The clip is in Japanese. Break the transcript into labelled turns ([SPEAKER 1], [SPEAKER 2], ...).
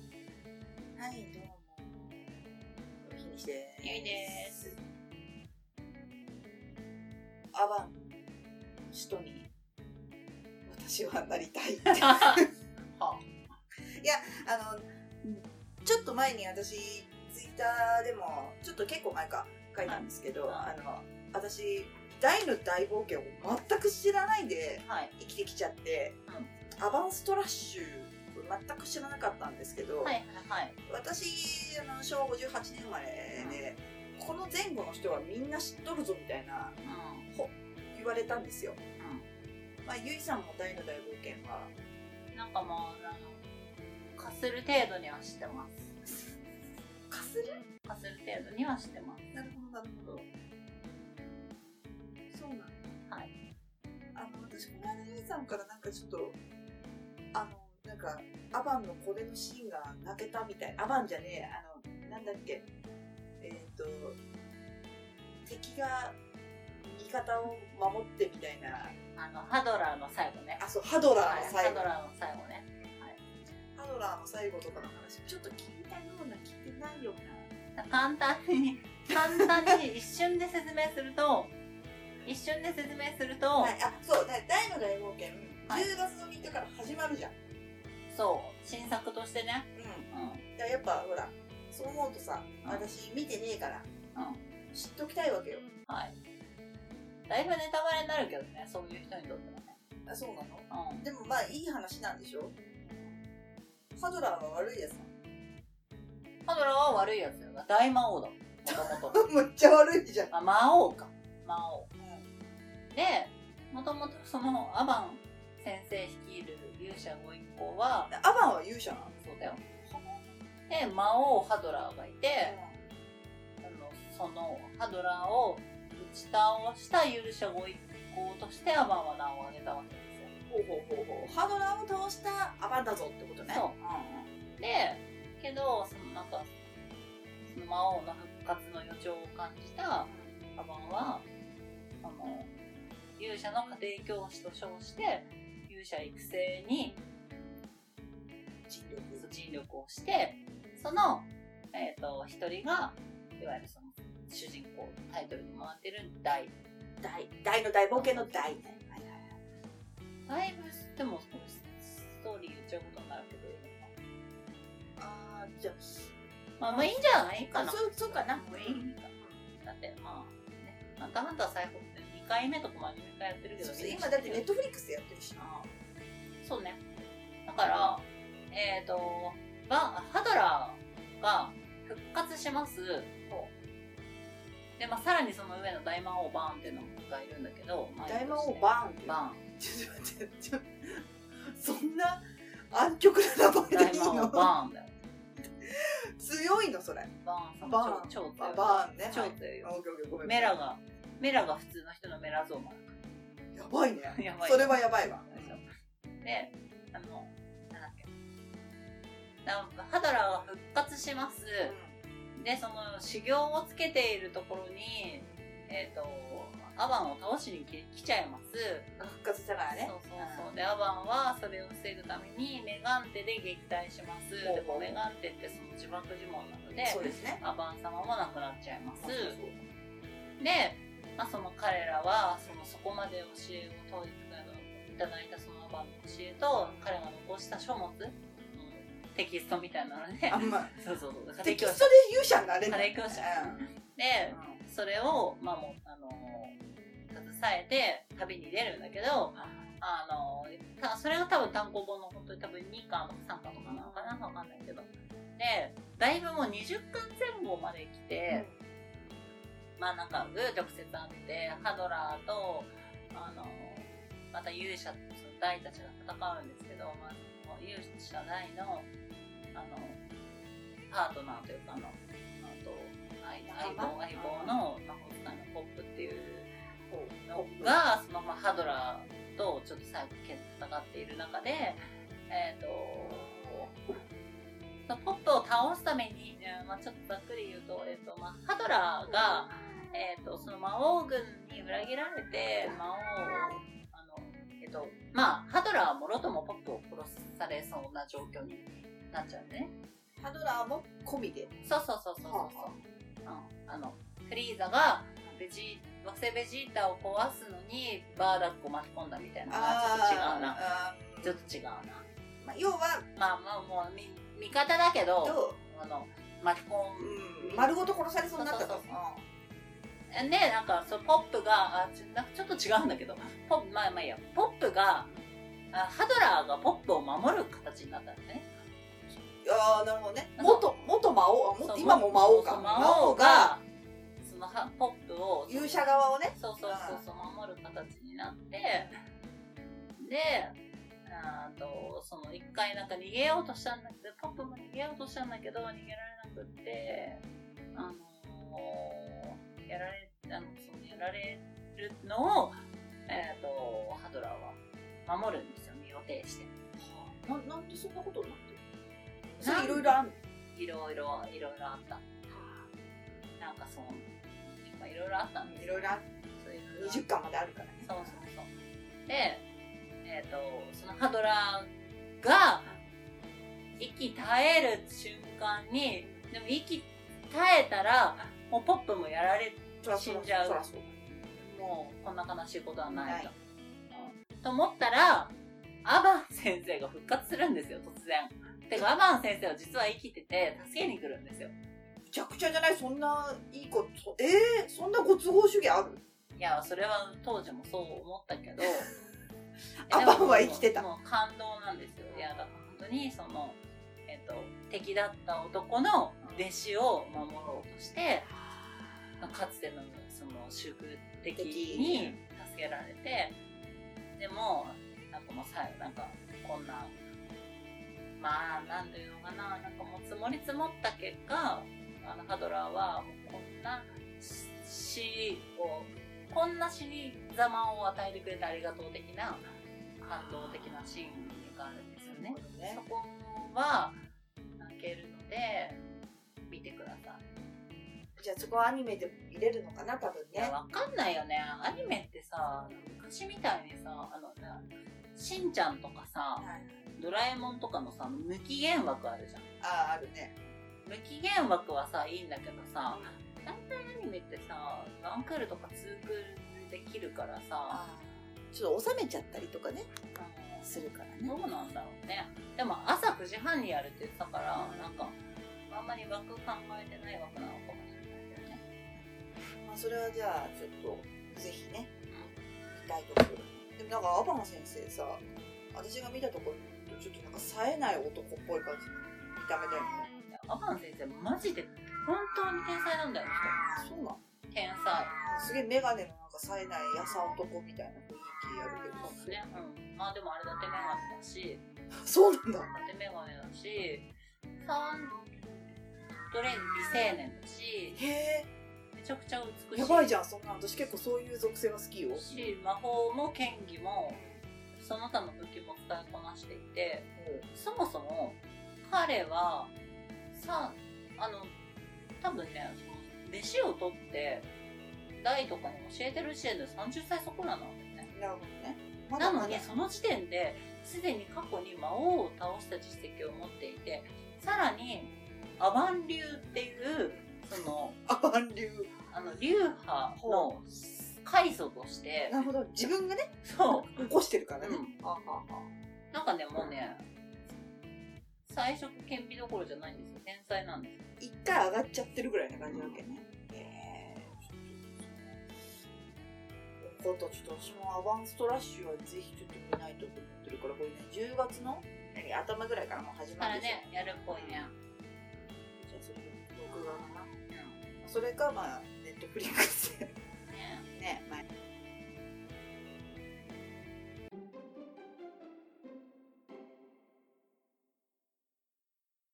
[SPEAKER 1] はい、どうも。
[SPEAKER 2] ゆいです。
[SPEAKER 1] ゆいです。
[SPEAKER 2] アバンの人に私はなりたい。
[SPEAKER 1] はい
[SPEAKER 2] あの、ちょっと前に私、ツイッターでも、ちょっと結構前か書いたんですけど、
[SPEAKER 1] は
[SPEAKER 2] あの、私、大の大冒険を全く知らないで
[SPEAKER 1] はい。
[SPEAKER 2] 生きてきちゃって、アバンストラッシュを全く知らなかったんですけど、
[SPEAKER 1] はい、はい。
[SPEAKER 2] 私あの昭和58年生まれで、この前後の人はみんな知っとるぞみたいな
[SPEAKER 1] うん。
[SPEAKER 2] 言われたんですよ、まあ、ゆいさんも大の大冒険は
[SPEAKER 1] なんかまあ、あの、かする程度にはしてます。
[SPEAKER 2] かする
[SPEAKER 1] かする程度にはしてます。
[SPEAKER 2] なるほどなるほどそうなんだ
[SPEAKER 1] はい
[SPEAKER 2] あの私この間ゆいさんからなんかちょっとあのなんかアバンのこれのシーンが泣けたみたいアバンじゃねえあのなんだっけえっ、と敵が味方を守ってみたいな
[SPEAKER 1] あの、ハドラーの最後ね。
[SPEAKER 2] あ、そう、ハドラ
[SPEAKER 1] は
[SPEAKER 2] ー
[SPEAKER 1] い
[SPEAKER 2] の最
[SPEAKER 1] ハ
[SPEAKER 2] 後
[SPEAKER 1] ド。ラーの最後ね。
[SPEAKER 2] ハドラーの最後とかの話、ちょっと聞いたような、聞いてないよう
[SPEAKER 1] 簡単に、簡単に一瞬で説明すると、一瞬で説明すると、
[SPEAKER 2] な。はい、あ、そう、だ大の大冒険、
[SPEAKER 1] はい
[SPEAKER 2] 10月の3日から始まるじゃん。
[SPEAKER 1] そう、新作としてね。
[SPEAKER 2] うん。
[SPEAKER 1] うん。
[SPEAKER 2] だからやっぱ、ほら、そう思うとさ、
[SPEAKER 1] うん
[SPEAKER 2] 私見てねえから、
[SPEAKER 1] うん
[SPEAKER 2] 知っときたいわけよ。
[SPEAKER 1] はい。だいぶネタバレになるけどね、そういう人にとってはね。
[SPEAKER 2] あ、そうなの
[SPEAKER 1] うん。
[SPEAKER 2] でもまあ、いい話なんでしょハドラーは悪いやつな
[SPEAKER 1] ハドラーは悪いやつよ。大魔王だもん。もとも と。
[SPEAKER 2] のめっちゃ悪いじゃん。
[SPEAKER 1] あ、魔王か。魔王。で、もともとそのアバン先生率いる勇者ご一行は、
[SPEAKER 2] アバンは勇者なの
[SPEAKER 1] そうだよ。で、魔王ハドラーがいて、あのそのハドラーを打ち倒した勇者ご一行としてアバンは名を挙げたわけですよ。
[SPEAKER 2] ほうほうほうほう。ハドラーを倒したアバンだぞってことね。
[SPEAKER 1] そう
[SPEAKER 2] う
[SPEAKER 1] でけどそのなんかその魔王の復活の予兆を感じたカバンはあの勇者の家庭教師と称して勇者育成に
[SPEAKER 2] んうん。人力。
[SPEAKER 1] 尽力をしてその、えー、と一人がいわゆるその主人公タイトルに回ってる大
[SPEAKER 2] 大大の大冒険の大ね。
[SPEAKER 1] だいぶでもこれストーリー言っちゃうことになるけどいいのか
[SPEAKER 2] ああじゃ
[SPEAKER 1] まあもういいんじゃないか
[SPEAKER 2] あ
[SPEAKER 1] な
[SPEAKER 2] そうそうかな。
[SPEAKER 1] もういいかだってまあね「ハンターハンター」最後って2回目とかまで2回やってるけど
[SPEAKER 2] そうそう今だってネットフリックスでやってるし。
[SPEAKER 1] ああそうねだからえっ、ー、とバハドラーが復活しますでまあさらにその上の大魔王バーンっていうのがいるんだけどまあ
[SPEAKER 2] 大魔王バーン。
[SPEAKER 1] バ
[SPEAKER 2] ちょっと待ってちょっとそんな安直な名
[SPEAKER 1] ーン
[SPEAKER 2] 前
[SPEAKER 1] 大
[SPEAKER 2] でいい
[SPEAKER 1] 魔王バ
[SPEAKER 2] の？
[SPEAKER 1] ーンだよ
[SPEAKER 2] 強いのそれ。あ
[SPEAKER 1] バーンさん
[SPEAKER 2] バーン
[SPEAKER 1] 超超強い
[SPEAKER 2] バーンね
[SPEAKER 1] 超強いよ
[SPEAKER 2] オッケーオッケーごめん。
[SPEAKER 1] メラがメラが普通の人のメラゾーマ
[SPEAKER 2] やばいね。
[SPEAKER 1] やばい
[SPEAKER 2] それはやばいわ。
[SPEAKER 1] で、あの、なんだっけ。なんかハドラーが復活します。で、その修行をつけているところに、えっ、と、アバンを倒しに来来ちゃいます。
[SPEAKER 2] 復活したからね
[SPEAKER 1] そう。そうそう。で、アバンはそれを防ぐためにメガンテで撃退します。
[SPEAKER 2] ほう
[SPEAKER 1] でもメガンテってその自爆呪文なので、
[SPEAKER 2] そうですね。
[SPEAKER 1] アバン様も亡くなっちゃいます。
[SPEAKER 2] そうそう
[SPEAKER 1] で、まあ、その彼らはそのそこまで教えを当日からいただいたそのアバンの教えと彼が残した書物、うんテキストみたいなので
[SPEAKER 2] あんま
[SPEAKER 1] そうそうそう
[SPEAKER 2] テ
[SPEAKER 1] 家
[SPEAKER 2] キ
[SPEAKER 1] 庭教
[SPEAKER 2] ス
[SPEAKER 1] 師
[SPEAKER 2] トで勇者になれない。
[SPEAKER 1] 家庭教師
[SPEAKER 2] うん
[SPEAKER 1] でそれを、まあもうあのー携えて旅に出るんだけど、あのーたそれが多分単行本の本当に多分2巻とか3巻とかなのかなわかんないけどでだいぶもう20巻前後まで来て、まあなんかグー直接あってハドラーとあのまた勇者その大たちが戦うんですけど、まあ、その勇者大のあのパートナーというかあのあと相相棒相棒のまあ本当のポップっていうのがそのまあハドラーとちょっと最後戦っている中でえっ、とポップを倒すために、えーまあ、ちょっとざっくり言うと,、えーとまあ、ハドラーが、えー、とその魔王軍に裏切られて魔王をあの、えーとまあ、ハドラーはもろともポップを殺されそうな状況になっちゃうんでね
[SPEAKER 2] ハドラーも込みで。
[SPEAKER 1] そうそうそうそうそうそう、うん、あのフリーザがベジ惑星ベジータを壊すのにバーダックを巻き込んだみたいなのはちょっと違うな
[SPEAKER 2] あー
[SPEAKER 1] ちょっと違うな
[SPEAKER 2] まあ、要は、
[SPEAKER 1] まあまあもうみ味方だけど
[SPEAKER 2] ど
[SPEAKER 1] あの巻き込
[SPEAKER 2] う、
[SPEAKER 1] む
[SPEAKER 2] うん、丸ごと殺されそうになったと。
[SPEAKER 1] そうそうでなんかそうポップがあちょなんかちょっと違うんだけどポップまあまあいいやポップがあハドラーがポップを守る形になったんですね
[SPEAKER 2] ああ、なるほどね。元、元魔王、あも
[SPEAKER 1] そう
[SPEAKER 2] 今も魔王
[SPEAKER 1] そ
[SPEAKER 2] か。
[SPEAKER 1] う魔王がそのはポップを
[SPEAKER 2] 勇者側をね。
[SPEAKER 1] そうそうそうそう守る形になってであーとその一回なんか逃げようとしたんだけどポップも逃げようとしたんだけど逃げられなくってあのーやられあのそのやられるのを、えー、とハドラーは守るんですよ身を挺して
[SPEAKER 2] ななんでそんなことになってるのそ
[SPEAKER 1] なん
[SPEAKER 2] れいろいろあるの
[SPEAKER 1] いろいろいろいろあったなんかそうまあいろいろあったんです
[SPEAKER 2] い
[SPEAKER 1] よ
[SPEAKER 2] ろいろある
[SPEAKER 1] そういろいろあって
[SPEAKER 2] 20巻まであるからね。
[SPEAKER 1] そうそうそう。で、えっ、と、そのハドラーが、息絶える瞬間に、でも息絶えたら、もうポップもやられ、
[SPEAKER 2] そらそら
[SPEAKER 1] 死んじゃう
[SPEAKER 2] そらそう
[SPEAKER 1] もうこんな悲しいことはないと。うんと思ったら、アバン先生が復活するんですよ、突然。てか、アバン先生は実は生きてて、助けに来るんですよ。
[SPEAKER 2] むちゃくちゃじゃないそんないいことそえー、そんなご都合主義ある
[SPEAKER 1] いや、それは当時もそう思っ たけど、
[SPEAKER 2] アバンは生きてた
[SPEAKER 1] もう感動なんですよ。いや、だから本当に、その、えっ、と、敵だった男の弟子を守ろうとして、かつての、その、主婦的に助けられて、でも、なんかもう最後、なんか、こんな、まあ、なんていうのかな、なんかもう積もり積もった結果、あの、ハドラーは、もうこんな死を、こんな死にざまを与えてくれてありがとう的な、感動的なシーンがあるんですよね。そこは泣けるので、見てください。
[SPEAKER 2] じゃあそこはアニメでも見れるのかな多分
[SPEAKER 1] いや、
[SPEAKER 2] ね
[SPEAKER 1] わかんないよね。アニメってさ、昔みたいにさ、あの、なしんちゃんとかさ、ドラえもんとかのさ、無期限枠あるじゃん。
[SPEAKER 2] あああるね
[SPEAKER 1] 無期限枠はさ、いいんだけどさ、大体アニメってさ、ワンクールとかツークールできるからさ、
[SPEAKER 2] ちょっと収めちゃったりとかね
[SPEAKER 1] あの
[SPEAKER 2] するから
[SPEAKER 1] どうなんだろうね。でも朝9時半にやるって言ってたから、なんか、あんまり枠考えてない枠なのかもしれないけどね。
[SPEAKER 2] まあ、それはじゃあちょっとぜひね見たいところでもなんかアバン先生さ私が見たところちょっとなんか冴えない男っぽい感じの見た目だよね
[SPEAKER 1] いやアバン先生、マジで、本当に天才なんだよね。
[SPEAKER 2] そうなの
[SPEAKER 1] 天才。
[SPEAKER 2] すげえ眼鏡のなんか冴えないやさ男みたいな雰囲気あるけど
[SPEAKER 1] そうですね。うん。まあでもあれだってメガネだし、
[SPEAKER 2] そうなんだ
[SPEAKER 1] だってメガネだし、三、とりあえず美青年だし、
[SPEAKER 2] へえ
[SPEAKER 1] めちゃくちゃ美しい。
[SPEAKER 2] やばいじゃんそんな私結構そういう属性が好きよ
[SPEAKER 1] し、魔法も剣技も、その他の武器も使いこなしていて、そもそも彼はさあの多分ねその弟子を取って大とかに教えてる時点で30歳そこらなんだよね
[SPEAKER 2] なるほどねま
[SPEAKER 1] な
[SPEAKER 2] だま
[SPEAKER 1] の
[SPEAKER 2] だ
[SPEAKER 1] にその時点ですでに過去に魔王を倒した実績を持っていてさらにアバン流っていうその
[SPEAKER 2] アバン流
[SPEAKER 1] あの流派の開祖として
[SPEAKER 2] なるほど自分がね
[SPEAKER 1] そう
[SPEAKER 2] 起こしてるからね、
[SPEAKER 1] うん
[SPEAKER 2] あはあは
[SPEAKER 1] なんかねもうね最初顕微どころじゃないんですよ天才なんですよ
[SPEAKER 2] 一回上がっちゃってるぐらいな感じなわけね、ええちょっとちょっと私もアバンストラッシュはぜひちょっと見ないとと思ってるからこれね10月の何頭ぐらいからもう始
[SPEAKER 1] か
[SPEAKER 2] ま
[SPEAKER 1] ら
[SPEAKER 2] るでしょ
[SPEAKER 1] ね、やるっぽいね。
[SPEAKER 2] じゃあそれ録画かなそれかまあネットフリックスで
[SPEAKER 1] ね
[SPEAKER 2] ね、まあ、